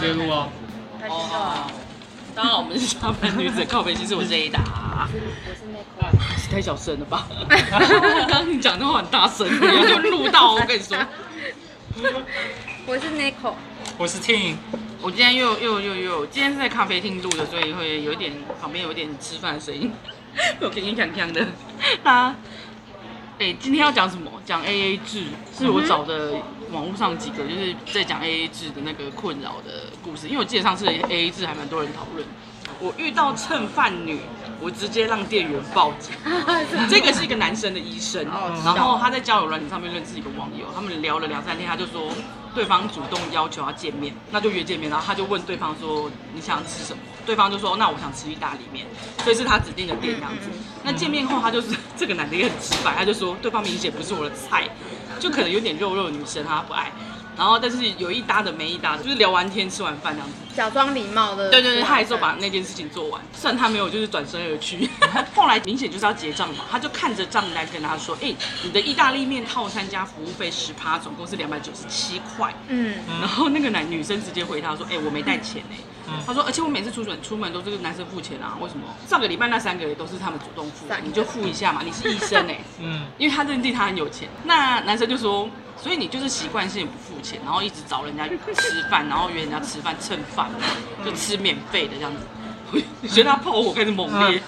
之路啊，白哦痴啊！当然，我们是下班女子，靠北其实我是 A 达，我是 Nico，是 太小声了吧？刚刚你讲的话很大声，你就录到。我跟你说，我是 Nico，我是 Ting，我今天又又又又，今天是在咖啡厅录的，所以会有点旁边有点吃饭的声音， 我给你讲讲的。 那，哎、今天要讲什么？讲 AA 制，是我找的网络上几个就是在讲 AA 制的那个困扰的故事，因为我记得上次 AA 制还蛮多人讨论。我遇到蹭饭女，我直接让店员报警。 这个是一个男生的医生，然后他在交友软件上面认识一个网友，他们聊了两三天，他就说对方主动要求要见面，那就约见面，然后他就问对方说你想吃什么，对方就说那我想吃意大利面，所以是他指定的店这样子。那见面后，他就是这个男的也很直白，他就说对方明显不是我的菜，就可能有点肉肉的女生他不爱。然后，但是有一搭的没一搭的，就是聊完天、吃完饭这样子。假装礼貌的。对对对，他还是有把那件事情做完，虽然他没有就是转身而去。 后来明显就是要结账嘛，他就看着账单跟他说：“哎、你的意大利面套餐加服务费十趴，总共是两百九十七块。”嗯，然后那个男女生直接回他说：“哎、我没带钱哎、他说：“而且我每次出门出门都是男生付钱啊，为什么？上个礼拜那三个也都是他们主动付的，你就付一下嘛，你是医生哎、嗯， 因为他认定他很有钱。那男生就说，所以你就是习惯性不付钱，然后一直找人家吃饭，然后约人家吃饭蹭饭，就吃免费的这样子。 我觉得他炮火开始猛烈，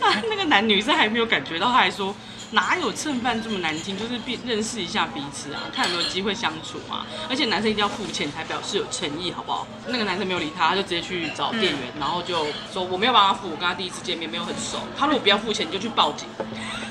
那 那个男女生还没有感觉到，他还说。哪有蹭饭这么难听？就是必认识一下彼此啊，看有没有机会相处嘛。而且男生一定要付钱才表示有诚意，好不好？那个男生没有理他，他就直接去找店员，然后就说我没有办法付，我跟他第一次见面没有很熟，他如果不要付钱，你就去报警。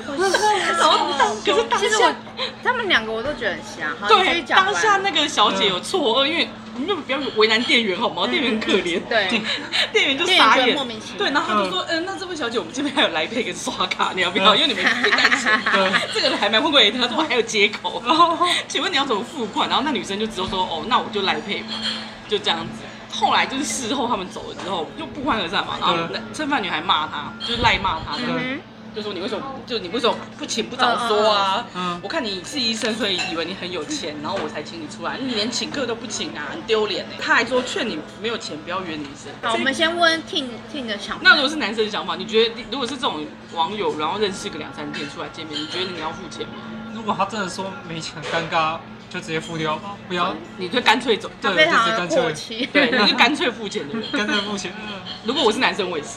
然后当可是当其实我下，他们两个我都觉得很像。好，啊你继对续讲当完下那个小姐有错愕，因为你们不要为难店员好吗？店员很可怜，嗯对， 店员就店员傻觉得眼莫名其，妙对，然后他就说，嗯，那这位小姐，我们这边还有来配跟刷卡，你要不要？嗯因为你 们没带钱对，这个还蛮会回答，他说还有接口， 请问你要怎么付款？然后那女生就只有说，哦，那我就来配吧，就这样子。后来就是事后他们走了之后就不欢而散嘛，然后对那蹭饭女还骂他，就是赖骂他这样子。嗯就说你为什么就你为什么不请不早说啊？嗯嗯嗯我看你是医生，所以以为你很有钱，然后我才请你出来，你连请客都不请啊，很丢脸哎。他还说劝你没有钱不要约女生。好，我们先问 Ting Ting 的想那法。如果是男生的想法，你觉得如果是这种网友，然后认识个两三天出来见面，你觉得你要付钱吗？如果他真的说没钱很尴尬，就直接付掉吧，不要你就干脆走，对非常就是的干过脆期。对，你就干脆付钱的人。跟着付钱。 嗯如果我是男生，我也是，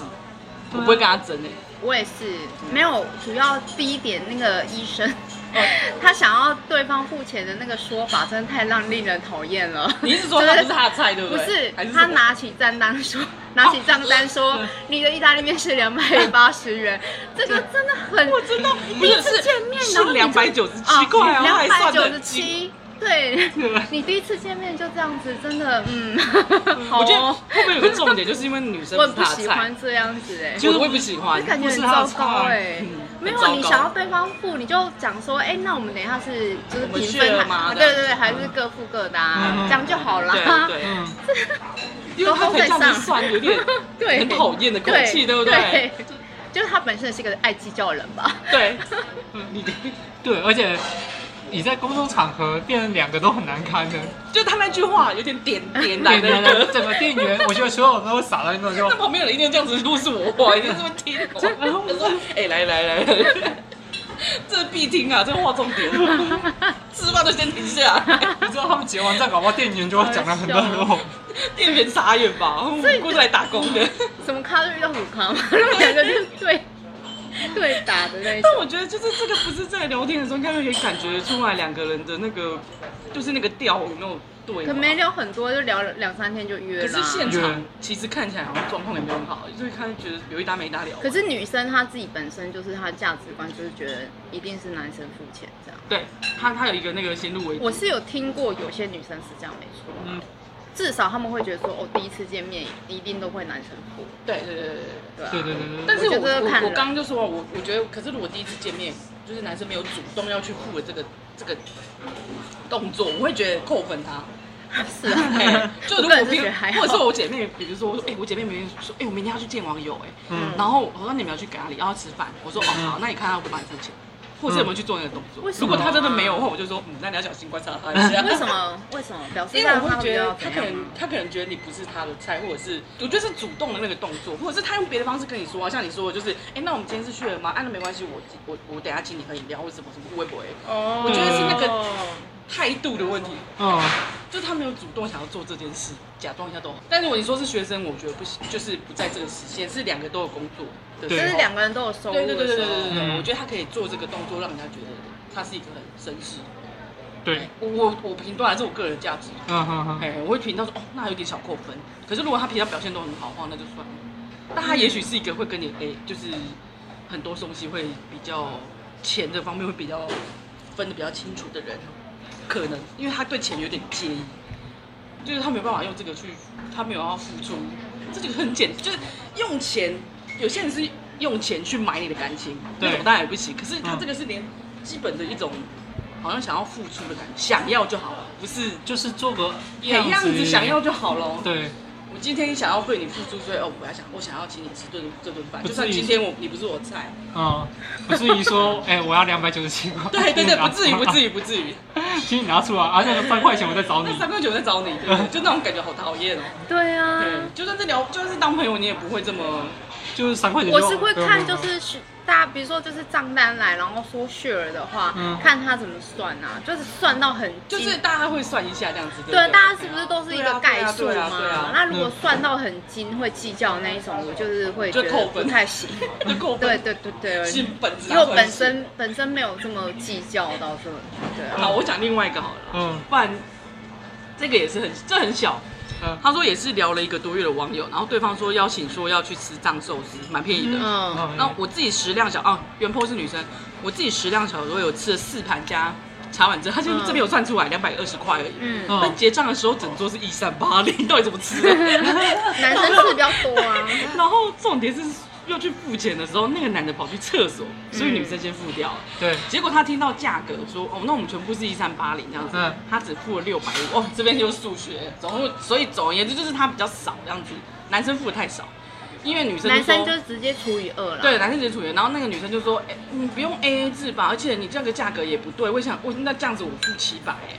我不会跟他争哎。 我也是，没有，主要第一点那个医生，哦 他想要对方付钱的那个说法，真的太让令人讨厌了。你是说就他不是他的菜，对嗯不对？是还是他什么拿起账单说，拿起账单说，哦你的意大利面是两百八十元，这个真的很，我知道，不第一是次见面然是后哦两百九十七块啊，他还两百算九的十七，对你第一次见面就这样子，真的，嗯，好我觉得哦，会不会有个重点，就是因为女生我很是不她的喜菜欢，这样子哎、就是我也不喜欢，这感觉不很是她糟的菜糕哎、嗯没很糟有，糕你想要对方付，你就讲说，哎、那我们等一下是就是我们平 share 分嘛还，这样对对对，还是各付各的、啊，嗯这样就好啦。对对，嗯，因为她很像是算有点 对很讨厌的口气，对不对？对？就是他本身也是个爱计较的人 吧。对，你对，而且你在公众场合变成两个都很难堪的，就她那句话有点点点来店的员那整个。个店员，我觉得所有人都傻在 那就那。旁边的人一定这样子，如果是我，我一定这么听 哦。他说：“哎，来来来， 这必听啊，这划重 点，吃饭都先停下来。你知道他们结完账，搞不好店员就会讲的 很热络。店员傻眼吧，我们过来打工的。”什么咖就遇到虎咖嘛，他们两个就是对对打的那一种但。我觉得就是这个不是在聊天的时候，应该就可以感觉出来两个人的那个，就是那个调有没有对可嘛。没聊很多，就聊了两三天就约可了是啊。现对场其实看起来好像状况也没有很好，就是看觉得有一搭没一搭聊。可是女生她自己本身就是她的价值观，就是觉得一定是男生付钱这样。对他，他有一个那个先入为主我，是有听过有些女生是这样，没错。嗯至少他们会觉得说，哦，第一次见面一定都会男生 付，对对对对对。对啊。对对对对但是我我觉得我看我人刚刚就说，我我觉得，可是如果第一次见面，就是男生没有主动要去付的这个这个动作，我会觉得扣 分他。是啊哎，就如我果个我人是朋友觉得还或者是好。我姐妹，比如说我说，哎、我姐妹明天说，哎、我明天要去见网友、哎、嗯然后我说你们要去哪里？要吃饭？我说哦好，那你看到我不帮你付钱。或是有没有去做那个动作。嗯为什如么嗯果他真的没有的话，我就说，嗯，那你要小心观察他一下。为什？ 么？为什么？表示啊因为我让会他觉得们他可能他可能觉得你不是他的菜，或者是我觉得是主动的那个动作，或者是他用别的方式跟你说啊，像你说的就是，哎、那我们今天是去了吗？啊，那没关系，我我我等一下请你喝饮料或者什么什么，会不会哦，我觉得是那个态度的问题？嗯，就是他没有主动想要做这件事，假装一下都好。但如果你说是学生，我觉得不行，就是不在这个时限，是两个都有工作的时就候，是两个人都有收入对对对对对对对对，嗯我觉得他可以做这个动作，让人家觉得他是一个很绅士。对，我我我评断还是我个人的价值，嗯哼哼，哎，我会评到说哦，那有点小扣分。可是如果他平常表现都很好的话，那就算了。但他也许是一个会跟你哎，就是很多东西会比较钱的方面会比较分的比较清楚的人，可能因为他对钱有点介意，就是他没有办法用这个去，他没有要付出，这就很简，就是用钱，有些人是用钱去买你的感情，对那种当然也不行。可是他嗯这个是连基本的一种，好像想要付出的感觉，想要就好了，不是就是做个给样子想要，就好了。对，我今天想要对你付出，所以哦，我要想，我想要请你吃顿这顿饭，不就至算于今天我你不是我菜，嗯，不至于说，哎，我要两百九十七块， 对对对，不至于啊不于，至于不至于，请你拿出来，啊，那个三块钱我再找你那，三块九在找你，对不 对就那种感觉好讨厌哦。对啊，对，就算是聊，就是当朋友，你也不会这么就是三块钱就，我是会看，就是是大家，比如说就是账单来，然后说 share 的话，嗯看他怎么算啊，就是算到很精就是大家会算一下这样子。对不对，对，大家是不是都是一个概数对啊对啊对啊嘛？那如果算到很精，会计较那一种，我就是会觉就扣得分不太 行。就扣对分，对对对是，本质因为我本。身本身没有这么计较到这，对啊，好，我讲另外一个好了，嗯不然这个也是很这很小。嗯他说也是聊了一个多月的网友，然后对方说邀请说要去吃藏寿司，蛮便宜的。嗯，嗯，那我自己食量小啊，原 po 是女生，我自己食量小的时候有吃了四盘加茶碗蒸，他就嗯这边有算出来两百二十块而已。嗯嗯但结账的时候整桌是一三八零， 到底怎么吃啊？ 男生吃比较多 啊，然后重点是要去付钱的时候，那个男的跑去厕所，所以女生先付掉了。对，结果他听到价格说，哦，那我们全部是一三八零这样子，嗯他只付了六百五，哦，这边就是数学，总共所以总而言之就是他比较少这样子，男生付的太少，因为女生男说生就是直接除以二啦。对，男生直接处理，然后那个女生就说：“哎、你不用 A A 制吧，而且你这样的价格也不对，我想我那这样子我付七百哎。”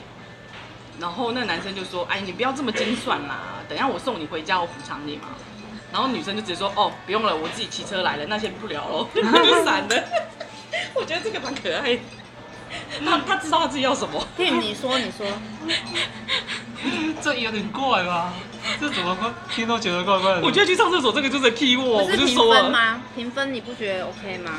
然后那男生就说：“哎，你不要这么精算啦，等一下我送你回家，我补偿你嘛。”然后女生就直接说：“哦，不用了，我自己骑车来了，那先不聊喽。” 就闪了。我觉得这个蛮可爱的。他他知道他自己要什么， Tim，你说你说，这有点怪吧？这怎么会听都觉得怪怪的？我觉得去上厕所这个就是 key word，我不是就评说啊分了，吗？评分你不觉得 OK 吗？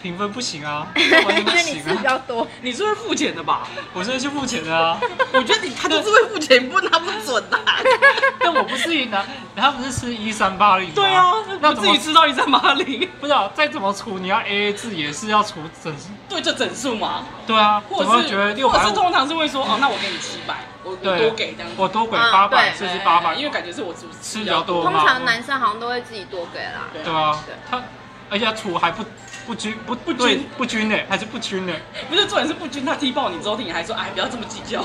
评分不行啊， 因哦完全不为你行吃比啊，较多，你是会付钱 的吧？我是去付钱的啊。我觉得你他就是会付钱，不拿不准啊啦、 但我不至于拿，他不是吃一三八零吗？对啊，那那自怎己么吃到一三八零，不知道再怎么除，你要 A A 制也是要除整， 对，就整数嘛，对啊，或怎者么是觉得六或者百是五？通常是会说，哦，那我给你七百，我我对，多给这样子，哎我多给嗯八百，对甚至八百，因为感觉是我吃吃比较，多通嘛。常男生好像都会自己多给啦。对对啊，啊对，他而且他除还不不均不不均不均呢，还是不均呢？不是重点是不均，他踢爆你之后，你还说，哎，不要这么计 较，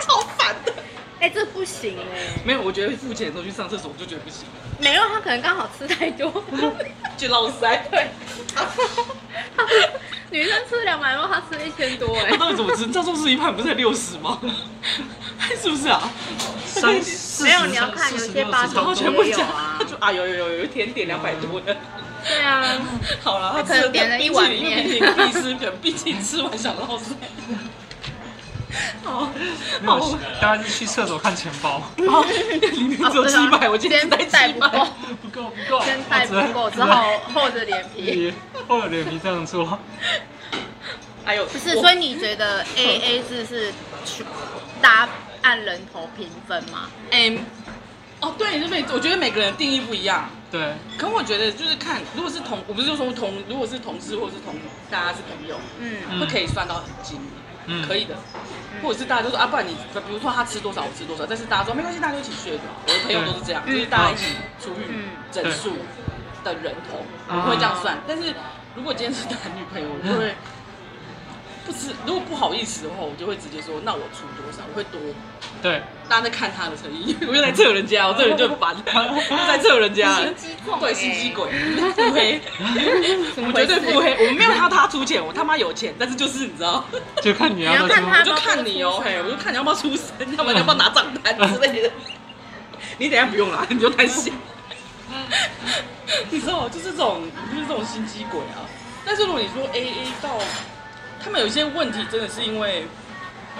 超烦的。哎、这不行哎、没有，我觉得付钱的时候去上厕所，我就觉得不行，没有，他可能刚好吃太多。 去捞塞。对，女生吃两百多，他吃一千多哎、他到底怎么 吃？照寿司一盘不是才六十吗？ 是不是啊？三四没有十你要看三有四十些六八十然后九全部有加啊，他就啊有有有有甜点两百多的，对啊，好了，他他可能吃点了一碗面冰淇淋必吃品，毕竟吃完想捞塞。 好，没好有，大家是去厕所看钱包，哦，里面 只有七百，我今天只带啊带七不百够，， 不够不够，先带不够，只好厚着脸 皮。哦你厚着脸皮这样做，还有不是，所以你觉 得 A A 制是去搭按人头评分吗？ M。哦，对，就是每我觉得每个人定义不一样，对，可我觉得就是看，如果是同，我不是就说同，如果是同事或者是同，大家是朋友，嗯，嗯会可以算到很精，嗯可以的。或者是大家就说啊，不然你比如说他吃多少我吃多少，但是大家说没关系，大家就一起学就好。我的朋友都是这样，嗯就是大家一起除以嗯啊整数的人头，嗯我会这样算。但是如果今天是男女朋友，我就会不知如果不好意思的话，我就会直接说，那我出多少，我会多。对，大家在看他的诚意， 我又来测人家，我这人就很烦，又在测 人家了心。机重、欸，嗯对，心 机，鬼，腹黑，怎我么绝回事对腹黑，我没有要他出钱，我他妈有钱，但是就是你知道，就看你你要要不要看出他我就看你哦、嘿，我就看你要不要出声，要不然你要不要拿账单之类的。 你等一下不用啦，你就担心。 你知道，就是这种，就是这种心机鬼啊。但是如果你说 A A 到，他们有一些问题真的是因为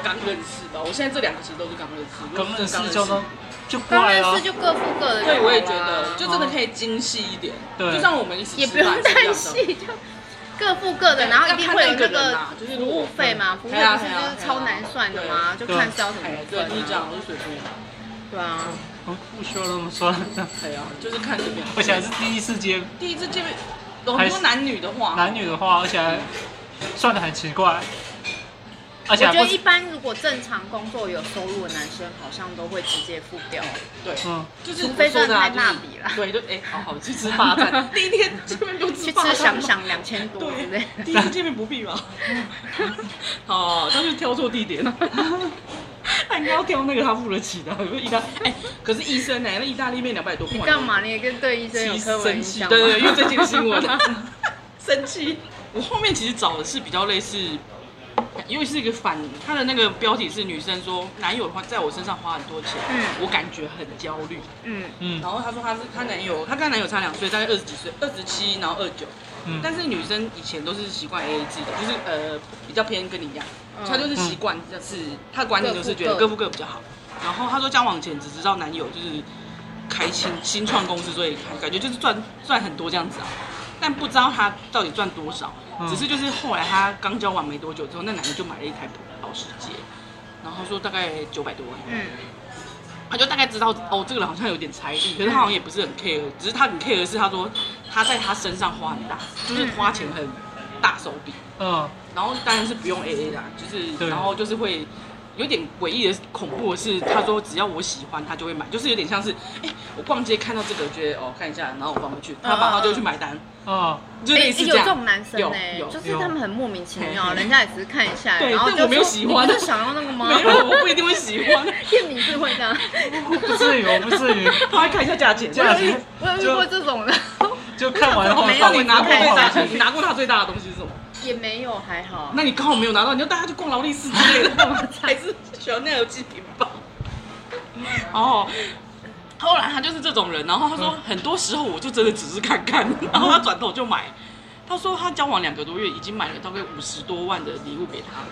刚认识吧。我现在这两个词都是刚认识，如果刚真认的识就都就过刚来认了识，就各付各的就好啦，对，我也觉得，就真的可以精细一点。嗯对就像我们一起也吃不用饭是一样担的心，就各付各的，对然后一定会有那要看那个人啊就是服务费嘛，服务费对啊不是对啊就是超难算的嘛，就对啊看是要怎么哎，对，分就是这啊样，我就随便。对啊，不哦不需要那么说。对啊，就是看这边。而且还是第一次接第一次见面，很多男女的话，男女的话，而且还算的很奇怪，而我且觉还啊得不一般如果正常工作有收入的男生，好像都会直接付 掉。对，嗯，就是除非说真的的啊太就是蜡笔了对，就哎，好好去吃发蛋， 第一天见面就去吃发吃蛋，想。想两千多之类 对，，第一次见面不必吧？ 哦，他是挑错地点了。 他应该要挑那个他付得起的，意大哎，可是医生呢？那意大利面两百多块，你干？嘛？你也跟对医生有气刻板生印气，象吗？对对，对因为最近的新闻， 生气。我后面其实找的是比较类似，因为是一个反，他的那个标题是女生说男友花在我身上花很多钱，嗯我感觉很焦虑。 嗯，嗯然后她说她是她男友，她跟她男友差两岁，大概二十几岁，二十七，然后二九。嗯，但是女生以前都是习惯 A A 制的，就是呃比较偏跟你一样，嗯她就是习惯，就是她的观念就是觉得各各付各比较好。然后她说交往前只知道男友就是开新新创公司，所以感觉就是赚赚很多这样子啊，但不知道他到底赚多少。嗯只是就是后来她刚交往没多久之后，那男的就买了一台保时捷，然后说大概九百多万。嗯，他就大概知道哦，这个人好像有点财力，可是他好像也不是很 care，只是他很 care 的是他说他在他身上花很大，就是花钱很大手笔，嗯，然后当然是不用 AA 啦，啊就是对然后就是会有点诡异的恐怖的是，他说只要我喜欢他就会买，就是有点像是哎、我逛街看到这个觉得哦看一下，然后我放回去，他爸妈就会去买单，嗯，就类似欸这有这样。种男生有呢、有就是他们很莫名其有妙，人家也只是看一下，对然后但就我没有说喜欢你不是想要那个吗？ 没有，我不一定会喜欢， 骗你是会这 样，不至于，我不至 于，他还看一下价钱。价钱我有遇过这种的，就看完后没有那你拿过最大，钱，你拿过他最大的东西是什么？ 也没有还好。那你刚好没有拿到，你就带他去逛劳力士之 类的，还是小奈儿纪品包。 哦，后来他就是这种人，然后他说、很多时候我就真的只是看 看，然后他转头就买。他说他交往两个多月，已经买了大概五十多万的礼物给他，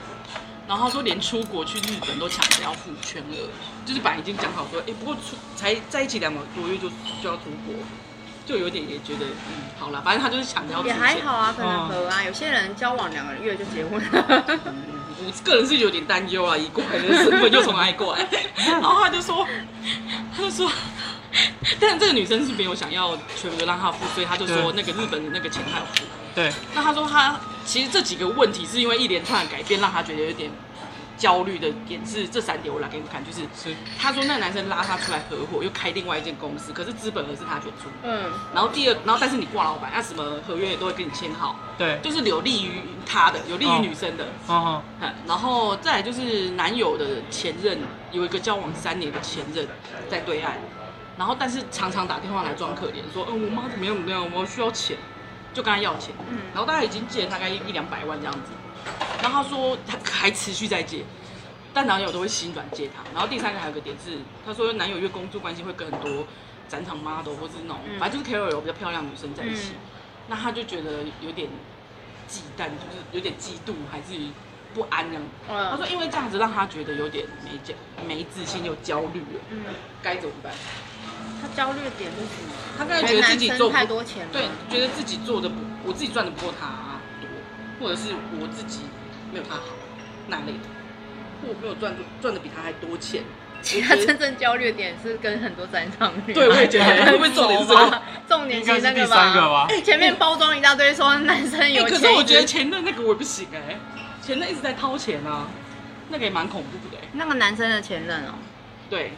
然后他说连出国去日本都抢着要付全额，就是本来已经讲好说，哎、不过出才在一起两个多月就就要出国，就有点也觉得嗯好了，反正他就是嗯抢着要出也钱。还好啊，可能合啊。有些人交往两个月就结婚 了，我个人是有点担忧啊，以过来的身份又从哪里过来？然后他就说，他就说，但这个女生是没有想要全额让他付，所以他就说那个日本的那个钱他有付。对，那他说他其实这几个问题是因为一连串的改变让他觉得有点焦虑的点是这三点，我来给你看，就是是，他说那个男生拉他出来合伙，又开另外一间公司，可是资本额是他全出。嗯，然后第二，然后但是你挂老板，那什么合约也都会跟你签好，对，就是有利于他的，有利于女生的。嗯嗯然后再来就是男友的前任，有一个交往三年的前任在对岸，然后但是常常打电话来装可怜，说，嗯、我妈怎么样怎么样，我需要钱，就跟他要钱，嗯然后大概已经借了大概一两百万这样子，然后他说他还持续在借，但男友都会心软借他。然后第三个还有个点是，他说男友因为工作关系会跟很多展场 model 或是那种，嗯反正就是 KOL 比较漂亮的女生在一起，嗯那他就觉得有点忌惮，就是有点嫉妒还是不安这样。他嗯说因为这样子让他觉得有点没自没自信又焦虑了，嗯，该怎么办？他焦虑的点是什么？他刚才觉得自己男生做不太多钱了，对，觉得自己做的不，我自己赚的不够他多，或者是我自己没有他好那类的，或我没有赚赚的比他还多钱。其实他真正焦虑的点是跟很多展场女。对，我也觉 得会不会重点是这个？重点是那应该是第三个吧吧？前面包装一大堆说男生有哎，钱，可是我觉得前任那个我也不行哎、前任一直在掏钱啊，那个也蛮恐怖的、欸。那个男生的前任哦，对，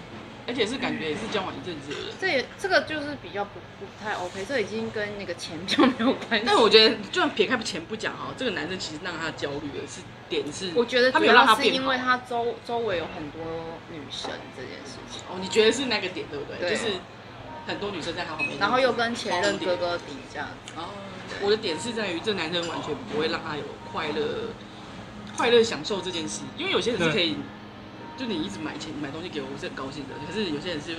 而且是感觉也是交往一阵子的人。这也这个就是比较不不太 OK，这已经跟那个钱比较没有关系。但我觉得，就算撇开钱不讲哈，这个男生其实让他焦虑的是点是，我觉得他主没有让他要是变因好为他周周围有很多女生这件事情，哦，你觉得是那个点对不对？对就是很多女生在他旁边，然后又跟前任哥哥比这样，哦，我的点是在于这男生完全不会让他有快乐快乐享受这件事，因为有些人是可以，就你一直买钱买东西给我，我是很高兴的。可是有些人是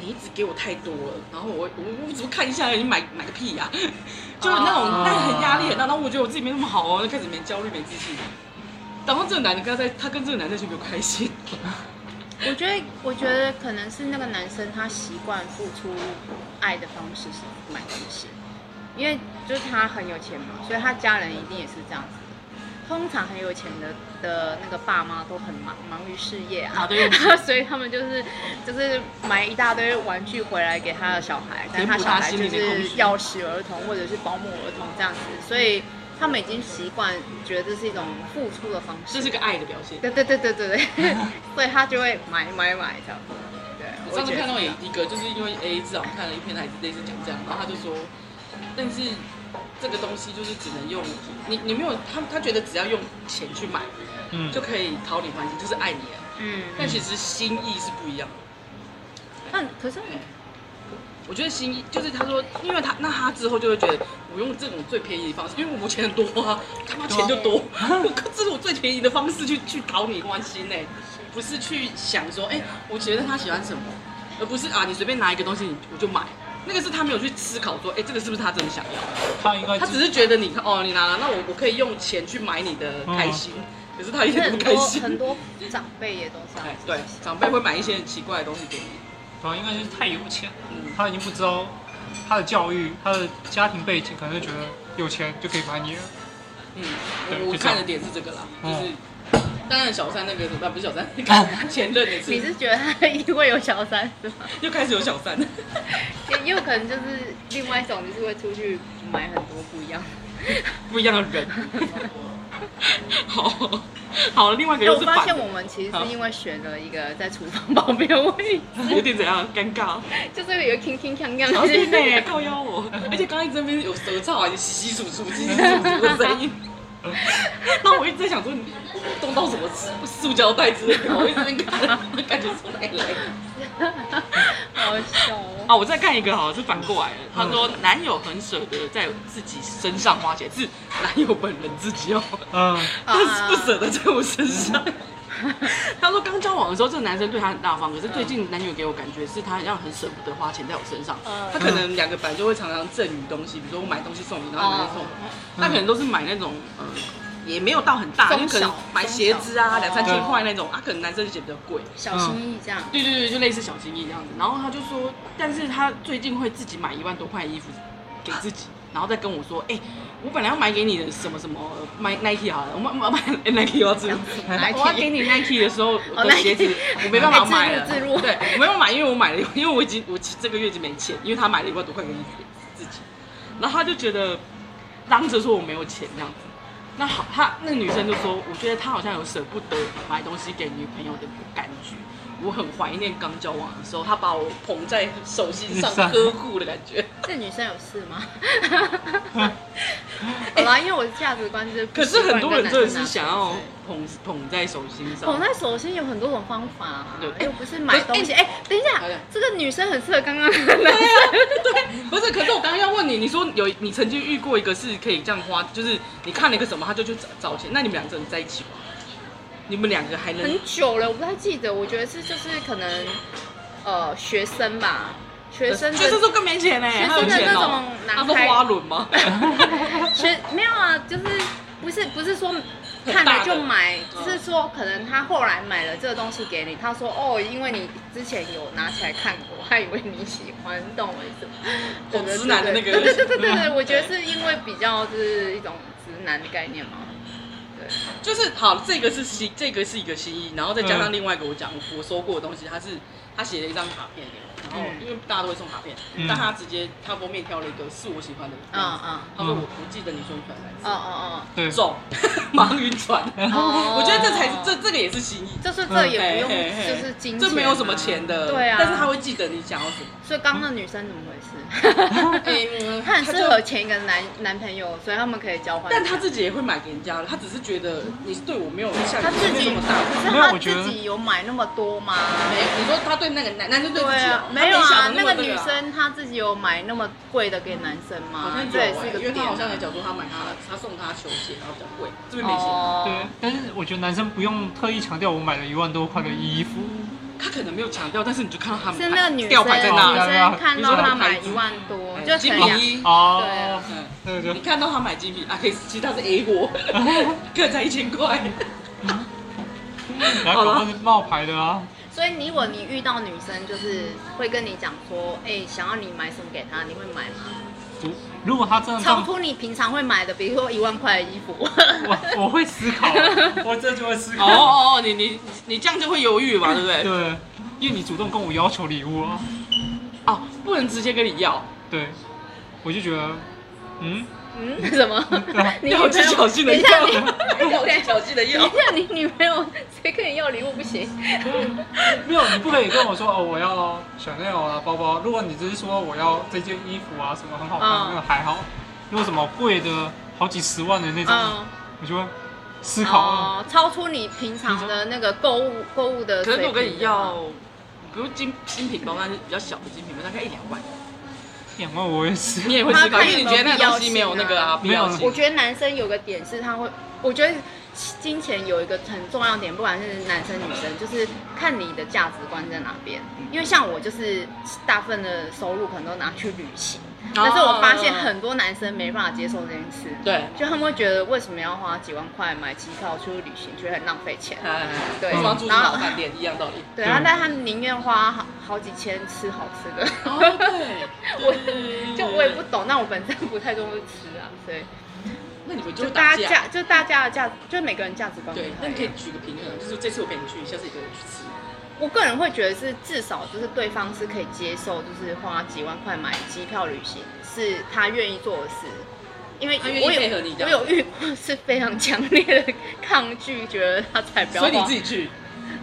你一直给我太多了，然后我我我只是看一下而已，你买 买个屁呀、就是那种哦那很压力很大，然后我觉得我自己没那么好哦，就开始没焦虑没自信。然后这个男的跟他在，他跟这个男的就没有开心，我觉得我觉得可能是那个男生他习惯付出爱的方式是买东西，因为就是他很有钱嘛，所以他家人一定也是这样子的。通常很有钱的的那个爸妈都很忙忙于事业啊， 啊对所以他们就是就是买一大堆玩具回来给他的小孩，但是他小孩就填补他心里的空是虚钥匙儿童或者是保姆儿童这样子，所以他们已经习惯觉得这是一种付出的方式。 这是个爱的表现。对对对对对对， 所以他就会买买买这样。对，我上次觉得看到一一个，就是因为 A 至少看了一篇还是类似讲这样，然后他就说，但是这个东西就是只能用你，你没有他他觉得只要用钱去买嗯，就可以讨你欢心，就是爱你了。嗯，但其实心意是不一样的。但可是我觉得心意就是他说，因为他那他之后就会觉得我用这种最便宜的方式，因为我钱很多啊，他妈钱就多，我啊靠，这是我最便宜的方式去去讨你欢心呢、不是去想说，哎、我觉得他喜欢什么，而不是啊，你随便拿一个东西你我就买，那个是他没有去思考说，哎、这个是不是他真的想要？他应该他只是觉得你看哦，你拿了，那我我可以用钱去买你的开心， 可是他其一实点都很不开多心。很多长辈也都这样哎子。对，长辈会买一些很奇怪的东西给你，他应该就是太有钱，嗯，他已经不知道他的教育、他的家庭背景，可能就觉得有钱就可以买你了。 嗯，对我我就这样看的点是这个啦，就是嗯当然小三那个什么，啊不是小三，那个前任也你是，是觉得他一定会有小三 是吗？又开始有小三，也也有可能就是另外一种，就是会出去买很多不一 样的。 不一样的 人。好，好，另外一个哎，又我是发反现的，我们其实好是因为选了一个在厨房旁边的位置，有点怎样尴尬， 就是有 king king 锵然后锵哦真的耶的。靠腰我，而且刚刚一直在那边有舌燥啊，洗洗数数、洗洗数数的声音。 嗯那我一直在想说，你动到什么塑胶袋之类的，我一直在看， 感觉从哪里来的？ 好笑哦。啊，我再看一个，好像是反过来的。他说，嗯男友很舍得在自己身上花钱，是男友本人自己哦，啊嗯，他是不舍得在我身上。嗯 他说，刚交往的时候，这个男生对他很大方，可是最近男友给我感觉是他要很舍不得花钱在我身上嗯。他可能两个本来就会常常赠予东西，比如说我买东西送你，然后你买哦送我，嗯他可能都是买那种呃。也没有到很嗯大，中因为可能小买鞋子中小嗯啊，两三千对块那种，啊，可能男生就觉得比较贵。小心翼翼这样。对对对，就类似小心翼翼这样子。然后他就说，但是他最近会自己买一万多块衣服给自己，然后再跟我说，哎、我本来要买给你的什么什么，呃买 Nike 好了，我买买买哎 Nike 我要自己买哦 Nike 哦我要给你 Nike 的时候，我的 Nike 哎鞋子我没办法买了，自入自入对，我没有买，因为我买了，因为我已经我这个月已经没钱，因为他买了一万多块给衣服给自己，然后他就觉得嚷着说我没有钱这样子。那好，他那个女生就说，我觉得他好像有舍不得买东西给女朋友的感觉，我很怀念刚交往的时候，他把我捧在手心上上呵护的感觉。这女生有事吗？好啦，因为我的价值观就是不 可习是惯跟很多男生拿手机，哦人真的是想要捧捧在手心上捧，在手心有很多种方法、啊，对又不是买东西。哎、等一下好的，啊这个女生很适合刚刚的男生。对，不是。可是我刚刚要问你，你说有你曾经遇过一个是可以这样花，就是你看了一个什么，他就去找找钱，那你们两个人在一起吗？你们两个还能很久了，我不太记得，我觉得是就是可能呃学生吧，学生的所以这时候更没钱呢、学他有生的钱那哦、种他男是孩花轮吗？ 学没有啊，就是不是不是说看了就买，很大的就是说可能他后来买了这个东西给你，他说哦，因为你之前有拿起来看过，还以为你喜欢，你懂我意思吗？哦对对直男的那个嗯对对对对对，我觉得是因为比较就是一种直男的概念嘛。对，就是好，这个是新，这个是一个新意，然后再加上另外一个我讲我说过的东西，他是他写了一张卡片给我，然后嗯因为大家都会送卡片，嗯但他直接他封面挑了一个是我喜欢的嗯样子，嗯他说我不记得你说你喜欢哦哦哪一对次，，中 马云传，哦，我觉得这才是这这个也是新意，就是这也不用嗯嘿嘿嘿就是金钱啊，这没有什么钱的，对啊，但是他会记得你想要 什么，所以刚刚那女生怎么回事？ 嗯她很适合前一个男男朋友，所以他们可以交换。但他自己也会买给人家的，他只是觉得你对我没有像她你自己，没有那么大方。可没是有她我觉得自己有买那么多吗？没，哎你说他对那个男男生对自对己啊哦，没有他啊，没想那么个对女生她自己有买那么贵的给男生好吗像？有这也是欸一个因为点他好像也啊。讲说他买他他送他球鞋，然后比较贵，这边没写。对哦，，但是我觉得男生不用特意强调我买了一万多块的衣服，他可能没有强调，但是你就看到他们是那个女吊生，哦牌在女对那，啊生看到她买一万多，就精乘品以衣。哦，嗯，那个你就看到他买精品啊，可以，其实他是 A 货，个才一千块。然好了后搞不好是冒牌的啊，所以如果你遇到女生，就是会跟你讲说，哎、想要你买什么给她，你会买吗？如如果他真的这超样，出你平常会买的，比如说一万块的衣服。我我会思考，啊我这就会思哦考，哦哦，你你你这样就会犹豫嘛，对不对？对，因为你主动跟我要求礼物啊，哦，不能直接跟你要，对，我就觉得，嗯， 嗯，什么？ 你女啊要朋技巧友？性的等一下要，你， 要技巧性的等要一。下你女朋友谁跟你要礼物不行？没有，你不可以跟我说哦，我要小 a 啊包包。如果你只是说我要这件衣服啊，什么很好看，嗯那个还好。如果什么贵的好几十万的那种，嗯，我就会思考。哦，超出你平常的那个购物购物的可水平的话。是如果跟你要，不用精精品包，但是比较小的精品包，大概一两万。两万哎我也是，你也会思考，因为你觉得那个东西没有那个啊，必要性。我觉得男生有个点是他会，我觉得金钱有一个很重要点，不管是男生女生，就是看你的价值观在哪边。嗯因为像我就是大部分的收入可能都拿去旅行，但是我发现很多男生没办法接受这件事，哦对，就他们会觉得为什么要花几万块买机票出去旅行，觉得很浪费钱。嗯对，对，帮住然老后饭店一样道 理。对，然后但他们宁愿花好好几千吃好吃的。哦对就哦 我也不，懂，那我本身不太重视吃啊，所以那你们就就会大打家架。价，就大家的价，就每个人价值观不对，太那你可一以样。取个平衡，就是这次我陪你去，下次你跟我去吃。我个人会觉得是至少就是对方是可以接受，就是花几万块买机票旅行是他愿意做的事，因为他愿意我配合你这有我样有遇过是非常强烈的抗拒，觉得他才不要所花，以你自己去，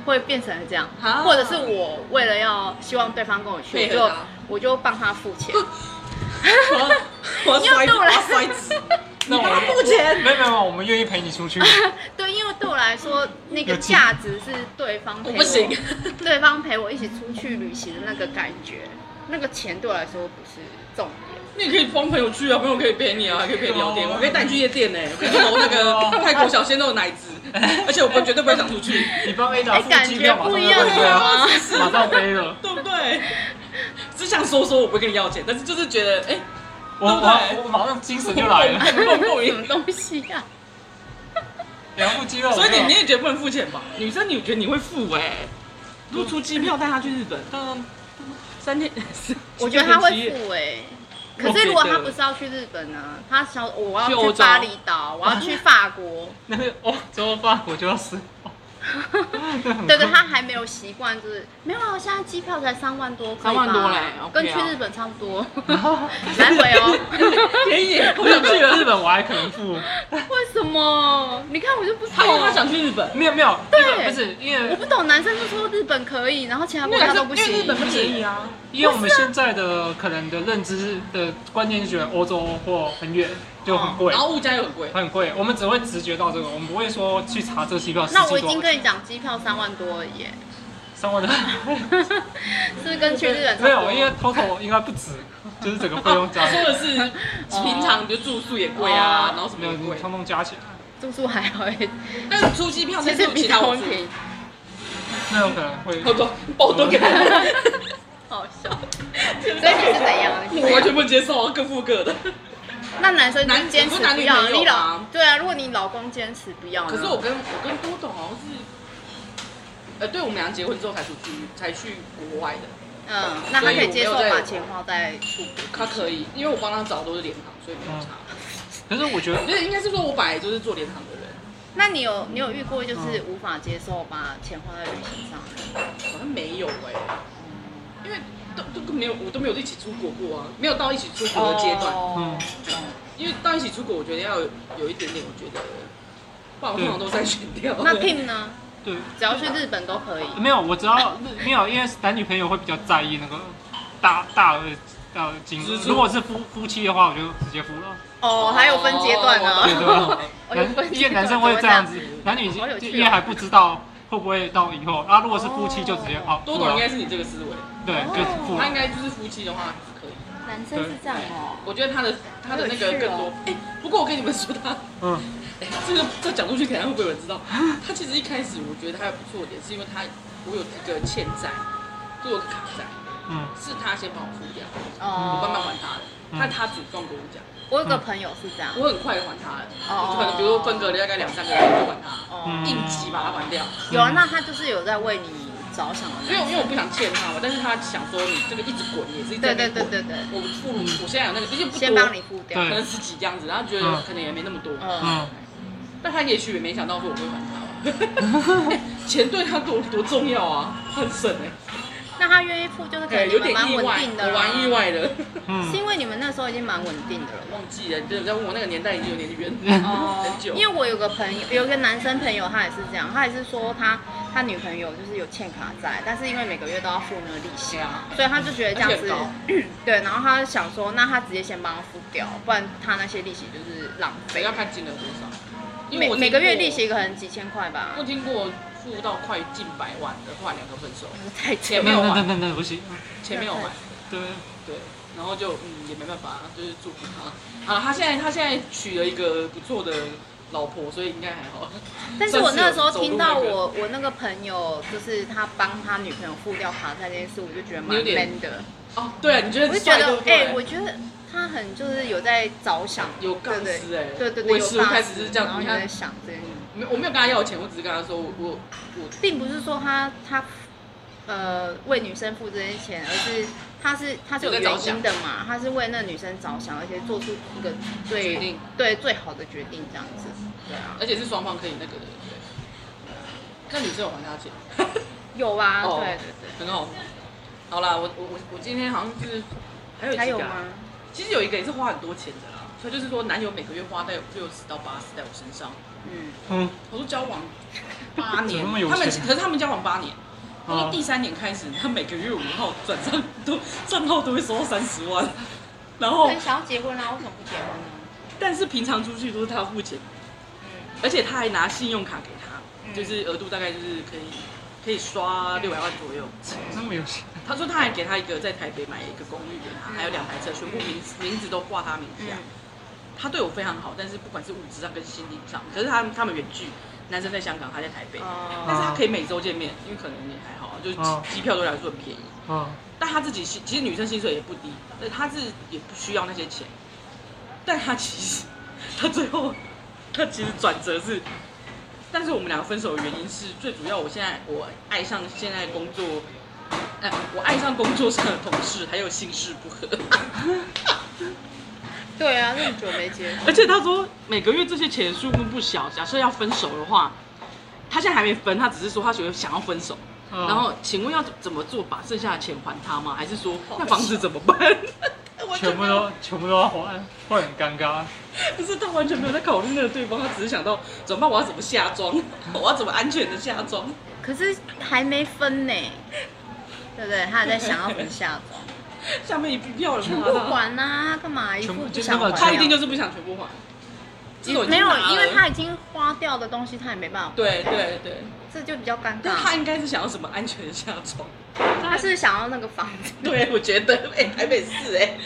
会变成这样啊，或者是我为了要希望对方跟我去，我配合就他我就帮他付 钱， 我要我要 摔，我要摔纸，那我他付钱。没有没有，我们愿意陪你 出去。对，因为对我来说，那个有劲价值是对方陪我不行对方陪我一起出去旅行的那个感觉，那个钱对我来说不是重点。你也可以帮朋友去啊，朋友可以陪你啊，还可以陪你聊天，我可以带你去夜店呢，我可以去投那个泰国小鲜肉的奶 子，而且我绝对不会想出去。你帮 A 哎打付感机觉票，马上不一就样对啊啊， 马上飞了。对不对？只想说说，我不会跟你要钱，但是就是觉得，哎、我我我马上精神就来了，不能够什么东西啊呀、两副肌肉。所以你你也觉得不能付钱吧？哦女生你觉得你会付哎、如果出机票带她去日本，当然三天， 我觉得他会七天付哎、我可是如果觉得他不是要去日本呢？他想我去要欧去洲巴厘岛，我要去法 国。那个哦，怎么办？我就要死。 对对，他还没有习惯，就是没有啊。现在机票才三万多，可以吧三万多嘞，OK 啊跟去日本差不 多，来回哦。 便宜， 我日想去了。本日本我还可能付。为什么？你看我就不懂。他因为他想去日本，没有没有，对日本不是因我为不懂，男生就说日本可以，然后其他国家都不因为日行。本不便宜啊。因为我们现在的可能的认知的观念是觉得欧洲或很远就很贵哦然，后物价又很贵，很贵，我们只会直觉到这个，我们不会说去查这机票实那我际已经多少跟你讲，机票三万多而已耶，三万的， 是不是跟去日本差不多没有，因为 total 应该不止，就是整个费用加他起哦说来，的是平常就住宿也贵哦啊，然后什么没有，也你贵，通通加起来，住宿还好耶，但是出机票其那实是比其他公我付，平，那有可能会好多包多给我。好笑。所以你是怎样？你是我怎完样全不能接受啊，各付各的。那男生男就坚持不是男不女要，朋友你老吗对啊，如果你老公坚持不要呢， 可是我跟我跟多董好像是，呃，对我们俩结婚之后才出去才去国外的，嗯，那他可以接受把钱花在出国。他可以，因为我帮他找的都是联行，所以没有差。可是我觉得不是，应该是说我本来就是做联行的人，那你有你有遇过就是无法接受把钱花在旅行上的？好像没有哎、因为都都都没有，我都没有一起出国过啊，没有到一起出国的阶段。嗯哦懂因为到一起出国，我觉得要有有一点点，我觉得，不然我通常都筛选掉。那 Tim 呢？对，只要去日本都可以。没有，我知道没有，因为男女朋友会比较在意那个大大额大额金支额。出如果是夫夫妻的话，我就直接付了。哦，还有分阶段呢。对对 对哦有分男因阶为段男生会这样子怎么会这样子，男女好有趣哦因为还不知道会不会到以后啊。如果是夫妻就直接哦哦，多付懂应了该是你这个思维，对，就付嗯他了应。该就是夫妻的话就是可以。男生是这样哦。我觉得他的他的那好个有趣哦更多。哎、不过我跟你们说他，嗯，哎这个这讲出去可能会不会有人知道？他其实一开始我觉得他还不错的点，是因为他我有一个欠债，就有个卡债，嗯是他先帮我付掉，我慢慢哦，还他的。嗯但他主动跟我讲，我有个朋友是这样。我很快还他了，哦我可能比如说分隔了大概两三个月我就还他，哦，应急把他还掉。有啊，那他就是有在为你着想的因那为种。因为我不想欠他嘛，但是他想说你这个一直滚也是一直对在对对那边滚对对，我付我现在有那个毕竟不多，先帮你付掉。对可能十几这样子，然后觉得嗯可能也没那么多，嗯，嗯，但他也许也没想到说我会还他 吧，钱对他多多重要啊，他很省哎、那他愿意付，就是可哎能你有们点蛮意稳外，定的我啦。玩意外了，嗯是因为你们那时候已经蛮稳定的了。忘记了，真的在问我那个年代已经有点远，哦嗯很久，因为我有个朋友，有一个男生朋友，他也是这样，他也是说他他女朋友就是有欠卡债，但是因为每个月都要付那个利息对，啊，所以他就觉得这样而且子很高， 对，然后他想说，那他直接先帮他付掉，不然他那些利息就是浪费谁要。看金额多少，因为每我每个月利听息可能几千块吧过，我，听过付到快近百万的，后来两个分手，太那扯也。没有那还那那那不行，嗯钱没有还。对，对，然后就嗯也没办法，就是祝福他啊。他现在他现在娶了一个不错的老婆，所以应该还好。但是我那时候算是有听到走路那个我我那个朋友就是他帮他女朋友付掉卡债这件事，我就觉得蛮你有点 man 的，哦，对啊，你觉得我很就觉帅得对不哎、对？我觉得他很就是有在着想，有杠对对丝哎，对对我对，也是有我大开始是这然样，后你就看在，想这件事，没我没有跟他要钱，我只是跟他说我我我并不是说他他呃为女生付这些钱，而是他是他是有有在着原想因的嘛，他是为那女生着想，而且做出一个决最定，对最好的决定这样子，对啊，而且是双方可以那个的，对。那女生有还他钱，有啊，哦对对很好。好啦，我我我我今天好像是 还有对，还几有个啊吗？？其实有一个也是花很多钱的啦，所以就是说男友每个月花在六十到八十在我身上。嗯，嗯，我说交 往八怎年，么那么有他们钱可是他们交往八年，他说啊第三年开始，他每个月五号转账都 账号都会收到三十万， 然后很想要结婚啊，为什么不结婚呢？但是平常出去都是他付钱，而且他还拿信用卡给他，嗯就是额度大概就是可以可以刷六百万左右。那么有钱，他说他还给他一个在台北买一个公寓给他，还有两台车，全部名字名字都挂他名嗯下。他对我非常好，但是不管是物质上跟心理上，可是他他们远距，男生在香港，他在台北。但哦，是他可以每周见面，因为可能也还好啊，就是哦机机票对他来说很便宜。嗯但他自己薪，其实女生薪水也不低，但他是也不需要那些钱。但他其实，他最后， 他其实转折是，但是我们两个分手的原因是，最主要我现在我爱上现在工作，哎、我爱上工作上的同事，还有心事不合。对啊，那么久没结婚，而且他说每个月这些钱数目不小，假设要分手的话，他现在还没分，他只是说他觉得想要分手。嗯然后，请问要怎么做把剩下的钱还他吗？还是说那房子怎么办？哦 完全哦全部没有都全部都要还，会很尴尬。不是他完全没有在考虑那个对方，他只是想到怎么办，我要怎么下妆，我要怎么安全的下妆。 可是还没分呢，对不对？他还在想要分下 妆，下面一笔票了不吗？管啊，干嘛一副全部不就想那还个他一定的就。是不想全部还。这个我已没经有拿，了因为他已嗯经花掉的东西，他也没办法，对对对，这就比较尴但他尬。应该是想要什么安全的下妆。他是想要那个房子， 对，我觉得哎、台北市哎、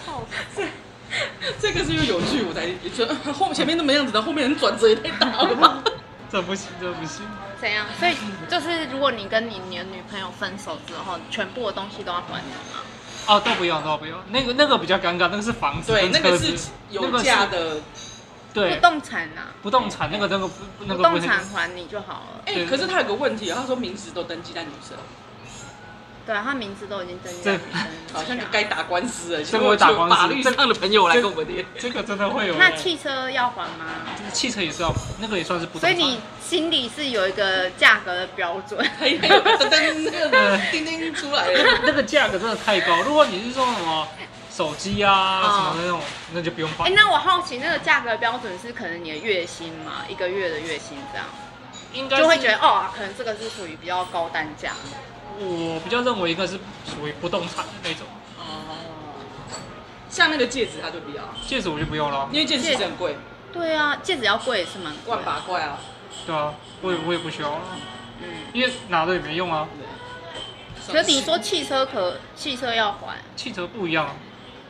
这个是因为有趣，我才觉得后前面那么样子的，后面人转折也太大了吧？这不行，这不行。怎样？所以就是如果你跟你你的女朋友分手之后，全部的东西都要还你吗？哦，都不用，都不用。那个那个比较尴尬，那个是房 子对，跟那个车是子，有价的。不对，动产呐、不动产那个那个不那不个动是产还你就好了。哎、对可是他有个问题啊，他说名字都登记在女生，对啊，他名字都已经登在这女生好像就下该打官司了，这个会打官司就法律上的朋友来跟我们联。这个真的会有人。那汽车要还吗？汽车也是要，那个也算是不动所产。以你心里是有一个价格的标 准，嘿嘿哎噔噔，那个叮叮出来了。那个价格真的太高。如果你是说什么手机啊、什么那种，那就不用 哦哎、管。那我好奇那个价格标准是可能你的月薪嘛，一个月的月薪这样，应该是就会觉得哦，可能这个是属于比较高单价。我比较认为一个是属于不动产的那种，哦，像那个戒指他就不要，戒指我就不用了，因为戒指其实很贵，对啊，戒指要贵也是蛮贵的万把。块啊。对啊，我也我也不需要啊，嗯，因为拿着也没用啊。可是你说汽车可汽车要还，汽车不一样啊，